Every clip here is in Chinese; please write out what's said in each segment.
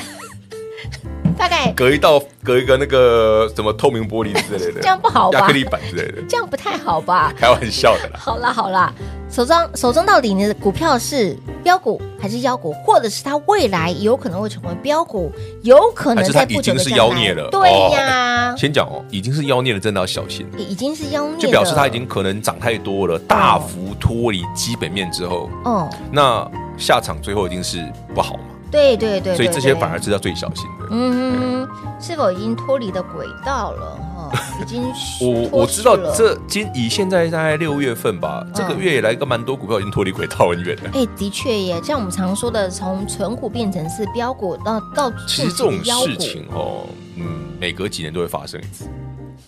大概隔一道隔一个那个什么透明玻璃之类 的，这样不好吧亚克力板之类的，这样不太好吧？开玩笑的啦。好啦好啦，手中手中到底你的股票是标股还是妖股，或者是它未来有可能会成为标股，有可能还是它在不久已经的是将来妖孽了对呀、先讲哦，已经是妖孽了，真的要小心，已已经是妖孽了，就表示它已经可能涨太多了，大幅脱离基本面之后，哦，那下场最后一定是不好嘛，对对对，所以对这些对反而是要最小心的。嗯，是否已经脱离的轨道了？哈，已经 我脱我序知道了嗯这今以现在大概六月份吧，这个月以来个蛮多股票已经脱离轨道很远了。哎、的确耶，像我们常说的，从存股变成是标股，到到其实这变种成妖事股情哦，嗯，每隔几年都会发生一次。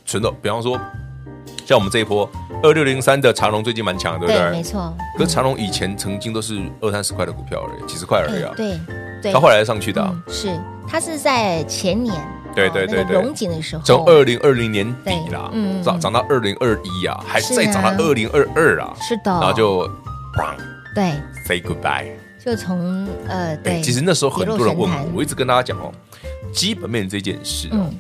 存的，比方说，像我们这一波二六零三的长隆最近蛮强的，对对，不没对？错，可是长隆以前曾经都是二三十块的股票而已，几十块而已啊。哎对对，它后来上去的啊，嗯是它是在前年，对哦对对那个对荣景的时候，从二零二零年底啦哦对嗯，涨涨到二零二一啊，还是啊再涨到二零二二啊，是的，然后就 bang 对， say goodbye。就从呃哎、对，其实那时候很多人跌落问神坛我，我一直跟大家讲哦，基本面这件事、哦嗯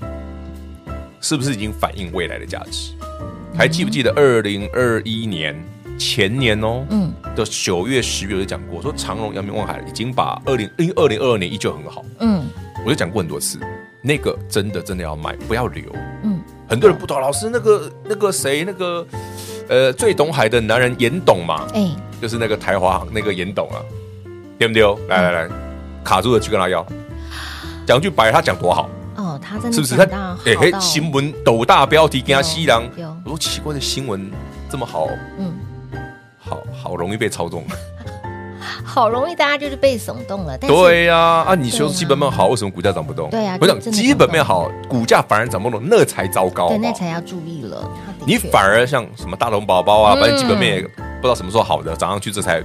是不是已经反映未来的价值？嗯还记不记得二零二一年前年哦，嗯的九月、十月我就讲过，说长荣、阳明、望海已经把二零因二零二二年依旧很好，嗯我就讲过很多次，那个真的真的要买，不要留。嗯，很多人不懂，老师那个那个谁那个呃最懂海的男人严董嘛，哎、就是那个台华行那个严董啊，对不对？来来嗯来，卡住了去跟他要，讲句白，他讲多好，哦，他真的是不是？他长大好哎嘿到新闻斗大标题，跟他西郎有有，我说奇怪的新闻这么好，嗯。好好容易 被操纵。好容易大家就是被耸动了，但是对呀，啊，你说对啊基本面好，为什么股价涨不动？对啊我讲真的基本面好，股价反而涨不动，那才糟糕。对好不好那才要注意了。他的确你反而像什么大龙宝宝啊，嗯反正基本面也不知道什么时候好的涨上去，这才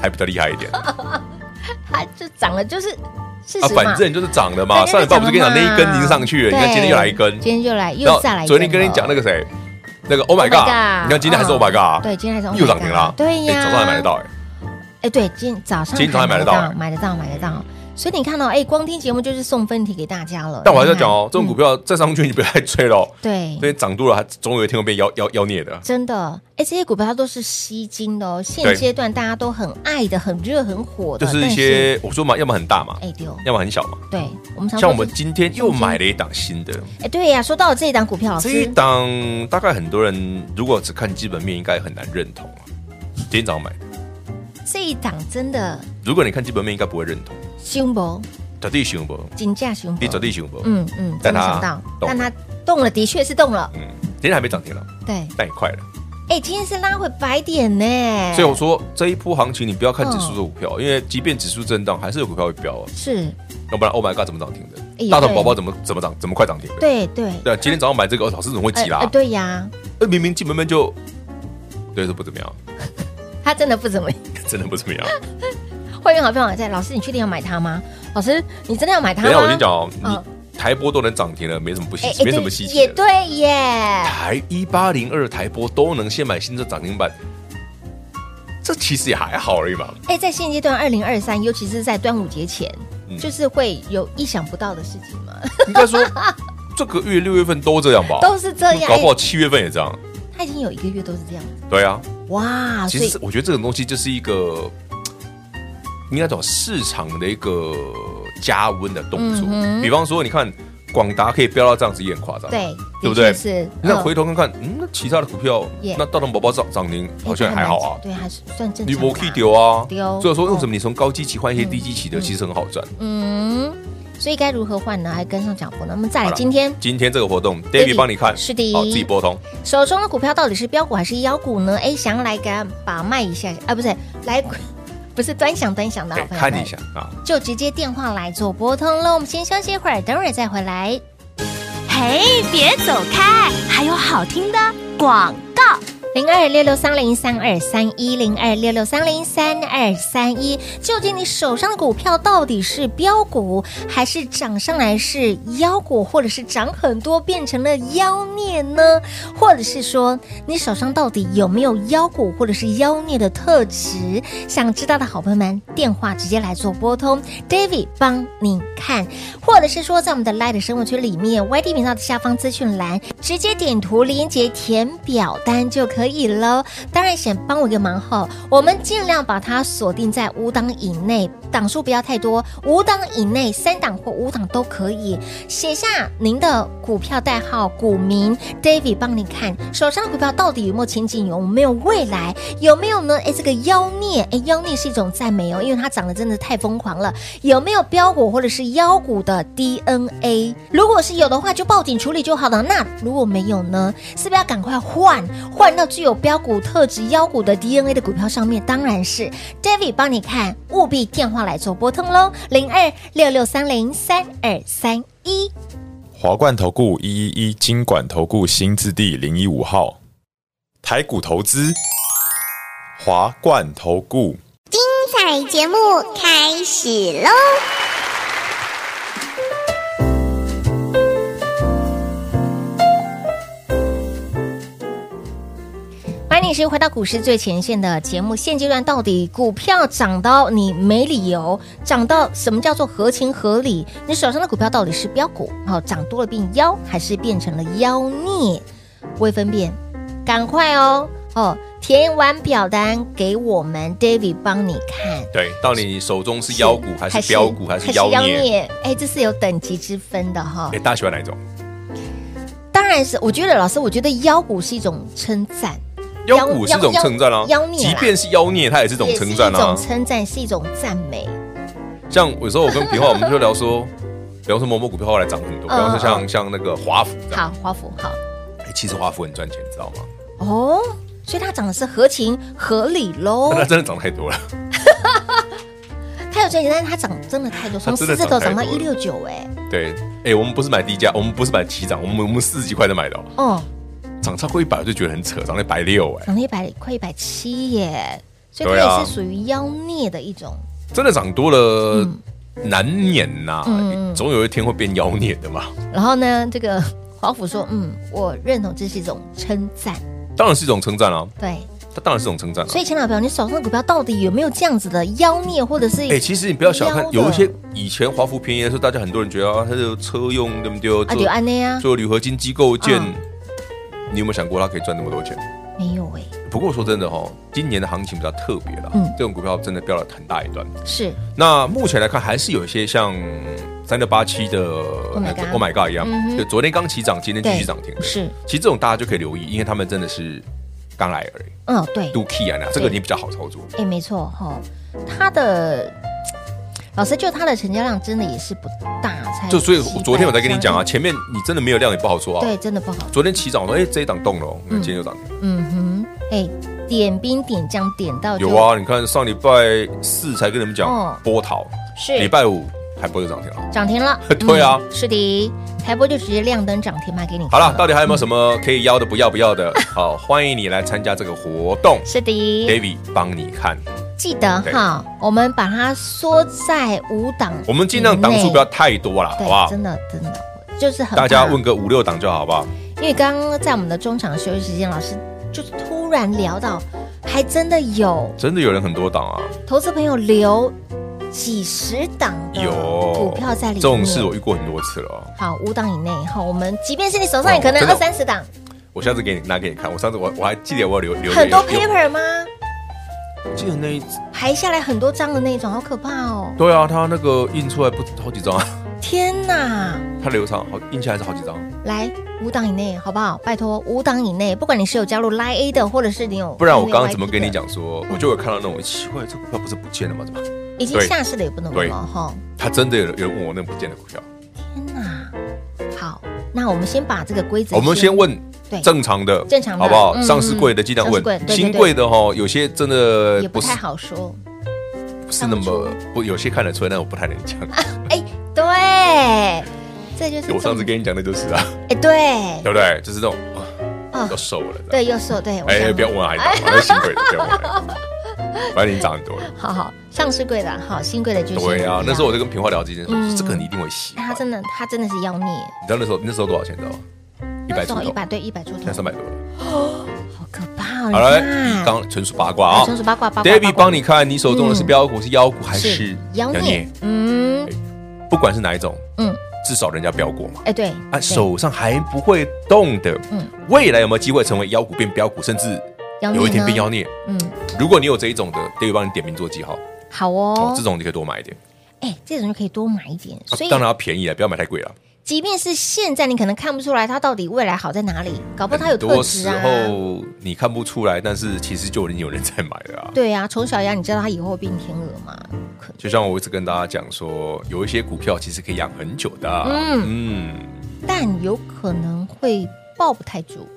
还比较厉害一点啊。他就涨了，嗯就是事实嘛。反正就是涨对的嘛，那就上礼拜我不是跟你讲那涨了嘛一根已经上去了，你看对今天又来一根，今天就来然又后再来一根了。昨天跟你讲那个谁，那个 Oh my my God， God，你看今天还是嗯 Oh my God，对，今天还是 Oh my 又涨停 God 了，对呀，哎早上还买得。到哎。哎，对，今天早上今天早上还买得到哎买得到，买得到。所以你看到，哎，光听节目就是送分题给大家了。但我还是要讲哦，这种股嗯票再上去你不要再追了哦，对因为涨多了，它总有一天会被妖妖妖孽的。真的，哎，这些股票它都是吸金的哦。现对阶段大家都很爱的、很热、很火的，就是一但些我说嘛，要么很大嘛，哎丢，要么很小嘛。对我们常像说我们今天又买了一档新的，哎，对呀，说到了这一档股票，老这一师，档大概很多人如果只看基本面，应该很难认同啊。今天早上买的，这一档真的如果你看基本面，应该不会认同。凶博，找地熊不？金价凶你博找，地熊不？嗯嗯，但真没它想到，动但它动了，的确是动了，嗯，今天还没涨停了，对，但也快了。哎，今天是拉回百点呢，所以我说这一波行情，你不要看嗯指数的股票，因为即便指数震荡，还是有股票会飙啊。是，要不然，Oh my God，怎么涨停哎的？大头对宝宝怎么怎么涨？怎么快涨停的？对对，对啊，今天早上买这个，哦老师怎么会哎急啦哎？对呀，那明明基本面就对，这不怎么样， 它真的不怎么样。真的不怎么样。会员好朋友还在，老师，你确定要买它吗？老师，你真的要买它等一吗？下，我先讲哦，嗯你台波都能涨停了，没什么不稀哎奇，没什么稀奇也的。对耶，台一八零二台波都能先买新的涨停板，这其实也还好而已嘛。哎，在现阶段，二零二三，尤其是在端午节前，嗯就是会有意想不到的事情嘛，应 该说这个月六月份都这样吧，都是这样哦搞不好七月份也这样。它已经有一个月都是这样子，对啊，哇，其哦所以实我觉得这种东西就是一个应该讲市场的一个加温的动作。嗯哼比方说，你看广达可以飙到这样子，也很夸张。对，对不的确对是，你看嗯回头看看，嗯，那其他的股票 Yeah，那大同宝宝涨涨停好像还好啊，对，还是算正常。你不去，丢啊丢。所以说，为什嗯么你从高基期换一些低基期的，其实很好赚。嗯，所以该如何换呢？还跟上脚步呢？那么再好来，了今天今天这个活动，David 帮你看，是的好，自己拨通。手中的股票到底是标股还是妖股呢？哎，想要来给它把脉一下啊，不是来， 不是端详端详的对好，朋友看们一下，啊，就直接电话来做拨通喽。我们先休息一会儿，等会儿再回来。嘿，别走开，还有好听的广告。零二六六三零三二三一零二六六三零三二三一，究竟你手上的股票到底是标股，还是涨上来是妖股，或者是涨很多变成了妖孽呢？或者是说你手上到底有没有妖股或者是妖孽的特质？想知道的好朋友们，电话直接来做拨通，David 帮你看，或者是说在我们的 Light 生活圈里面，YT 频道的下方资讯栏直接点图连接填表单就可以喽。当然，想帮我一个忙后，我们尽量把它锁定在五档以内，档数不要太多，五档以内，三档或五档都可以。写下您的股票代号、股民，David 帮你看手上的股票到底有没有前景，有没有未来，有没有呢？哎，这个妖孽，哎，妖孽是一种赞美哦，因为它长得真的太疯狂了。有没有标股或者是妖股的 DNA？如果是有的话，就报警处理就好了。那如果没有呢？是不是要赶快换，换到具有标股特质、妖股的 DNA 的股票上面？当然是 David 帮你看，务必电话来做拨通喽，零二六六三零三二三一。华冠投顾一一一金管投顾新字第零一五号，台股投资，华冠投顾。彩节目开始喽！欢迎你，是回到股市最前线的节目。现阶段到底股票涨到你没理由，涨到什么叫做合情合理？你手上的股票到底是标股，好、涨多了变妖，还是变成了妖孽？未分辨，赶快哦哦，填完表单给我们，David 帮你看。对，到你手中是妖股还是标股还是妖孽？？哎，这是有等级之分的哈、哎，大家喜欢哪一种？当然是，我觉得老师，我觉得妖股是一种称赞。妖股是一种称赞啊妖妖孽啦即便是妖孽，它也是一种也是称赞一啊种。称赞是一种赞美。像有时候我跟平话，我们就聊说，比方说某某股票后来涨很多，比方 嗯说像像那个华府这样，好，华府好哎其实华府很赚钱，你知道吗？哦，所以它涨的是合情合理喽 但。它真的涨太多了，它有赚钱，但是它涨真的太多，从它四真的字头涨涨到太一多六九，哎，对，哎，我们不是买低价，我们不是买起涨，我们我们四十几块就买到，哦，涨超过一百我就觉得很扯，涨了一百六，哎，涨了一百快一百七耶，所以它对啊也是属于妖孽的一种。真的涨多了难免呐嗯，总有一天会变妖孽的嘛。然后呢，这个华府说，嗯，我认同这是一种称赞，当然是一种称赞啊，对。它当然是一种称赞啊所。以，钱老表，你手上的股票到底有没有这样子的妖孽，或者是？哎、其实你不要小看妖，的有一些以前华孚便宜的时候，大家很多人觉得啊，它的车用对不对？啊，就安内啊，做铝合金机构件，嗯你有没有想过它可以赚那么多钱？没有哎，不过说真的哦，今年的行情比较特别啦，嗯 Oh 这种股票真的飙了很大一段。是，那目前来看，还是有一些像三六八七的 my god Oh My God 一样嗯哼，就昨天刚起涨，今天继对续涨停的。是，其实这种大家就可以留意，因为他们真的是刚来而已嗯，对， ，Do Key 啊，那这个你比较好操作。哎，没错哈、它的老师就它的成交量真的也是不大，才就所以我昨天我在在跟你讲啊，，前面你真的没有量也不好说啊。对，真的不好，昨天起涨，我说哎、这一档动了哦，嗯今天又涨停。嗯哼，哎，点兵点将点到就有，啊，你看上礼拜四才跟你们哦讲波涛，是礼拜五还不是涨停了。，涨停了 对啊嗯是的，台波就直接亮灯涨停卖给你看，好了，到底还有没有什么可以要的不要不 要的？好，欢迎你来参加这个活动是的， ，David 帮你看。记得对哈，我们把它缩在五档以内，我们尽量档数不要太多啦，好对不好？真的真的，就是很大家怕问个五六档就好，好不好？因为刚刚在我们的中场休息时间，老师就是突然聊到，还真的有真的有人很多档啊，投资朋友留几十档的有股票在里面。这种事我遇过很多次了哦。好五档以内哈，我们即便是你手上也可能哦真的二三十档，我下次给你拿给你看，我上次我我还记得我有留留很多言 paper 吗？有记得那一次排下来很多张的那种，好可怕哦！对啊，他那个印出来不止好几张啊， 天哪，他留长好印起来是好几张，来五档以内好不好？拜托五档以内，不管你是有加入 Line A 的，或者是你有，不然我刚刚怎么跟你？讲说，我就有看到那种奇怪，这股票不是不见了吗？怎么？已经对下市的也不能对了哈。他真的有人有人问我那不见的股票，天哪，啊好，那我们先把这个规则，我们先问对正常的，正常的好不好？嗯上市贵的尽量上市柜对问，对新对贵的哈，有些真的也不不是嗯太好说。不是那么不，有些看得出来，但我不太能 讲。哎，对，这就是我上次重点跟你讲的就是啊，哎，对，对不对？就是这种啊哦要瘦了的，对，又瘦，对，我哎，想不要问阿姨，那是新贵的，不要问阿姨，反正已经涨很多了。好好，上市贵的好，新贵的就是对啊，那时候我在跟平花聊这件事，我嗯说这个你一定会喜哎欢。他真的他真的是妖孽，你知道那时候那时候多少钱知道吗？一百那时出候一头，百对嗯一百出现在头三，百多了。好可怕哦！好了，你看以刚纯属八卦啊啊纯属八卦八卦八，David 卦帮你看你手中的是嗯标股是妖股还是是妖孽，嗯不管是哪一种，嗯，至少人家标过嘛。哎对啊，对手上还不会动的，嗯未来有没有机会成为妖股变标股，甚至妖孽有一天呢变妖孽？嗯如果你有这一种的，David 帮你点名做记号，好哦哦，这，种你可以多买一点，哎这种就可以多买一点，啊所以当然要便宜了，不要买太贵了。即便是现在你可能看不出来它到底未来好在哪里，搞不好它有很多特质时啊。候你看不出来，但是其实就已经有人在买了啊。对啊，丑小鸭，你知道它以后会变天鹅吗？可就像我一直跟大家讲说，有一些股票其实可以养很久的啊，嗯但有可能会抱不太住。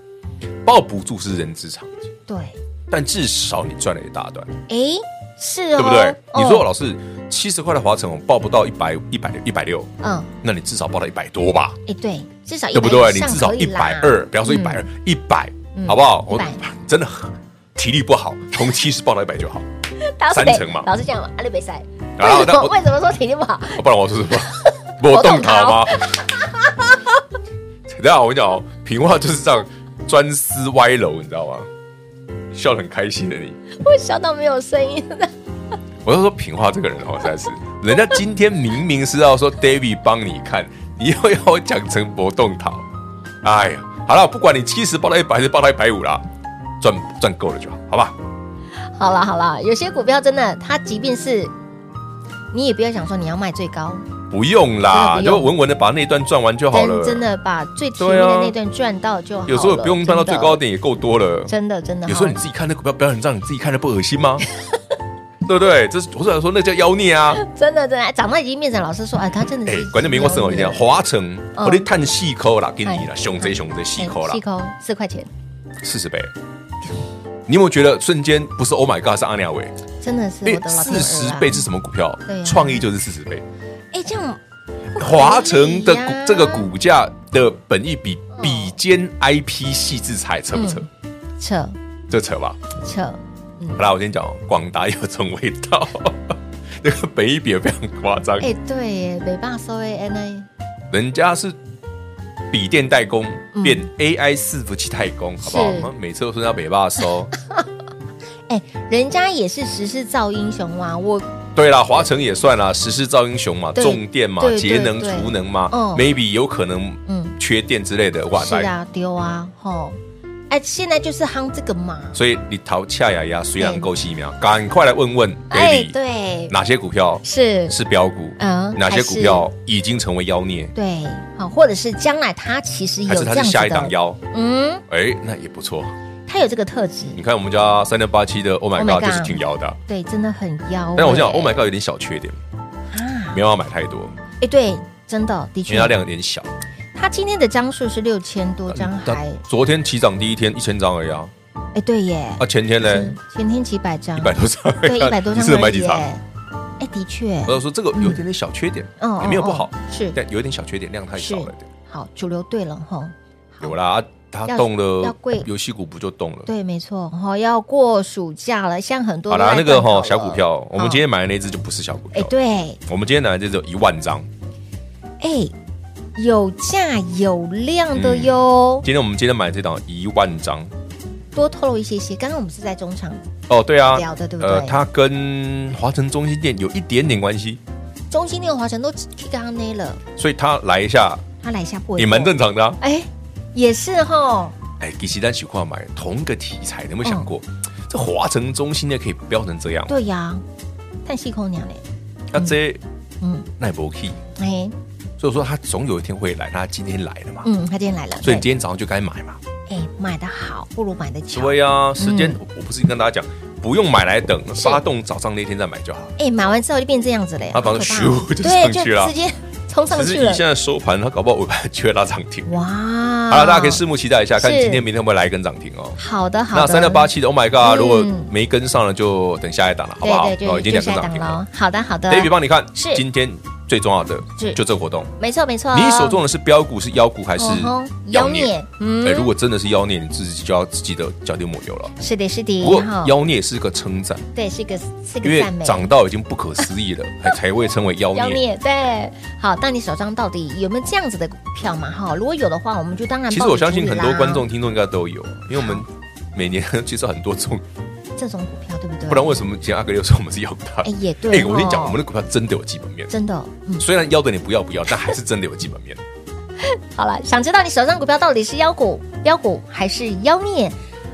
抱不住是人之常情，对，但至少你赚了一大段，哎，是哦，对不对？你说了，老师七十块的华晨，我抱不到一百一百一百六，嗯，那你至少抱到一百多吧，哎，对，至少对不对？ 100你以上至少可一以啦嗯百二，不要说一百二，一百好不好？我100真的很体力不好，从七十抱到一百 就好，老师三得成嘛老师讲嘛，阿里北赛，为然后什那么 我为什么说体力不好？ 不然我 说什么？我动他吗？ 等一下我跟你讲哦，平话就是这样专司歪楼，你知道吗？笑得很开心的你，我笑到没有声音 了。我就说平话这个人哦，实 在是，人家今天明明是要说 David 帮你看，你又要我讲成博动桃，哎呀，好了，不管你七十报到一百还是报到一百五啦，赚赚够了就好，好吧？好了好了，有些股票真的，它即便是你也不要想说你要卖最高，不用啦，嗯真的不用就稳稳的把那一段赚完就好但了。哎真，的把最甜蜜对啊的那段赚到就好了。有时候也不用赚到真最的高，点也够多了。真的真的。有时候你自己看那股票表演，让你自己看的不恶心吗？ 对不对？这是我想说，那叫妖 孽啊！真的真的长到已经变成老师说，哎，他真的哎是，关键没我省我一点，华城嗯我得探细抠啦，给你哎啦，熊贼熊贼细抠啦细，抠四块钱，四十倍。你有没有觉得瞬间不是 Oh my God 是阿尼亚维？真的是我因为的老天哎四鹅十啊！倍是什么股票对啊？创意就是四十倍。哎，这样啊华城的股呀这个股价的本益比哦比肩 IP 细制裁扯不扯？嗯扯这扯吧。扯，嗯好啦，我先讲哦，广达有种味道， 那个本益比也非常夸张。哎，对耶，北霸收 A N A，人家是笔电代工嗯变 AI 伺服器代工，好不好？是我们每次都说要北霸收。 哎，人家也是时势造英雄啊，我对啦，华晨也算啦，时势造英雄嘛，对重电嘛对，节能对对储能嘛嗯，maybe 有可能嗯缺电之类的，哇是啊丢啊吼，哎，现在就是夯这个嘛，所以你淘恰雅雅虽然够细苗，赶快来问问哎， David 对，哪些股票是是标股，嗯哪些股票已经成为妖孽，对，好，或者是将来他其实有还是这它样是子下一档的，妖？嗯，哎，那也不错。他有这个特质，你看我们家三六八七的 Oh my Oh my God 就 God 是挺妖的啊，对，真的很妖。但我想 Oh my god， God 有点小缺点，哦啊，没有要买太多，哎，对，真的，的因确为它，量有点小。他今天的张数是六千多张，嗯还但昨天起涨第一天一千张而已啊，哎，对耶，啊前天呢是前天几百张，一百多张而已 啊，对，一百多你张，是能买几张？？哎，的确，我就说这个有一点点小缺点，嗯也没有不好嗯，是但有一点小缺点，量太少了一点。好，主流对了吼，有啦，啊它要动要了贵，游戏股不就动了？对，没错，哈，要过暑假了，像很多好啦，赖那个断哈考小股了，嗯票，我们今天买的那只就不是小股哎，票，对，我们今天买的这只有一万张，哎，有价有量的哟。今天我们今天买这档一万张多透露一些些，刚刚我们是在中场，哦，对啊聊的对，不对呃，它跟华城中心店有一点点关系，中心那个华晨都去刚刚那了，所以它来一下他来一下不为过也蛮正常的啊。哎，也是哦吼，哎，给西单喜欢买同个题材，你有没有想过，这华城中心店可以飙成这样？嗯对呀，叹息口娘嘞，那这嗯，奈博 key，哎，所以说它总有一天会来，那它今天来了嘛，嗯，他今天来了，所以对你今天早上就该买嘛。哎买的好不如买的巧，对呀、啊，时间、我不是跟大家讲，不用买来等，发动早上那天再买就好。哎买完之后就变这样子嘞，它好马可上怕咻就对，上就去了直接冲上只是去以了，现在收盘，它搞不好尾盘就会拉涨停。哇，好了，大家可以拭目期待一下，看啊是今天明天会不会来一根涨停哦。好的好的，那三六八七的，Oh my God！嗯如果没跟上了，就等下一档了，好不好对？对，哦就已经就两下一根涨档停了喽。。好的好的 David 帮你看，是今天最重要的是就这个活动，没错没错，你手中的是标股是妖股还是哦吼妖妖孽孽？，嗯哎，如果真的是妖孽，你自己就要记得脚底抹油了。是的是的，不过然后妖孽是个称赞，对是个是因个为赞嗯美，长到已经不可思议了，还才会称为 妖妖孽。孽对，好，那你手上到底有没有这样子的股票嘛？哈，如果有的话，我们就当然其实帮你我相信处很理多啦观众听众应该都有，因为我们每年 介绍很多种，这种股票对不对？不然为什么以前阿格六说我们是妖股大哎？也对，哎，我跟你讲，我们的的股票真的有基本面。真的，嗯，虽然妖的你不要不要，但还是真的有基本面。好了，想知道你手上股票到底是妖股、妖股还是妖孽？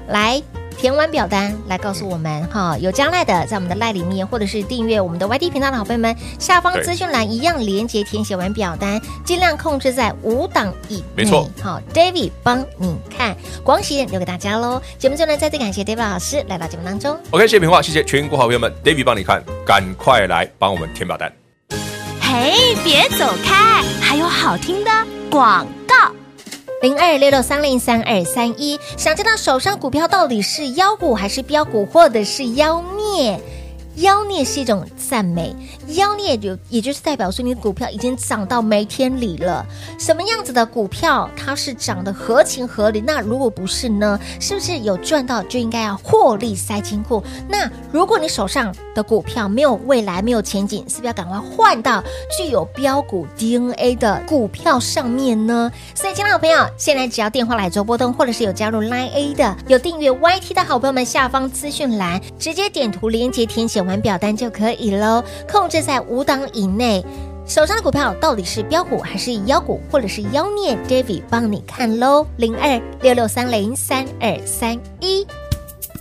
来填完表单来告诉我们哈，有加赖的在我们的赖里面，或者是订阅我们的 YT 频道的好朋友们，下方对资讯栏一样连接填写完表单，尽量控制在五档以内。没错好，David 帮你看，光喜留给大家喽。节目最后呢，再次感谢 David 老师来到节目当中。 OK，谢谢平话，谢谢全国好朋友们，David 帮你看，赶快来帮我们填表单。嘿，别走开，还有好听的广告。零二六六三零三二三一，想知道手上股票到底是妖股还是标股，或者是妖孽？妖孽是一种赞美，妖孽就也就是代表说你的股票已经涨到没天理了。什么样子的股票它是涨得合情合理？那如果不是呢？是不是有赚到就应该要获利塞金库？那如果你手上的股票没有未来、没有前景，是不是要赶快换到具有标股 DNA 的股票上面呢？所以，亲爱的朋友，现在只要电话来做拨通，或者是有加入 Line A 的、有订阅 YT 的好朋友们，下方资讯栏直接点图连接填写完表单就可以喽，控制在五档以内。手上的股票到底是标股还是妖股，或者是妖孽？David 帮你看喽，零二六六三零三二三一。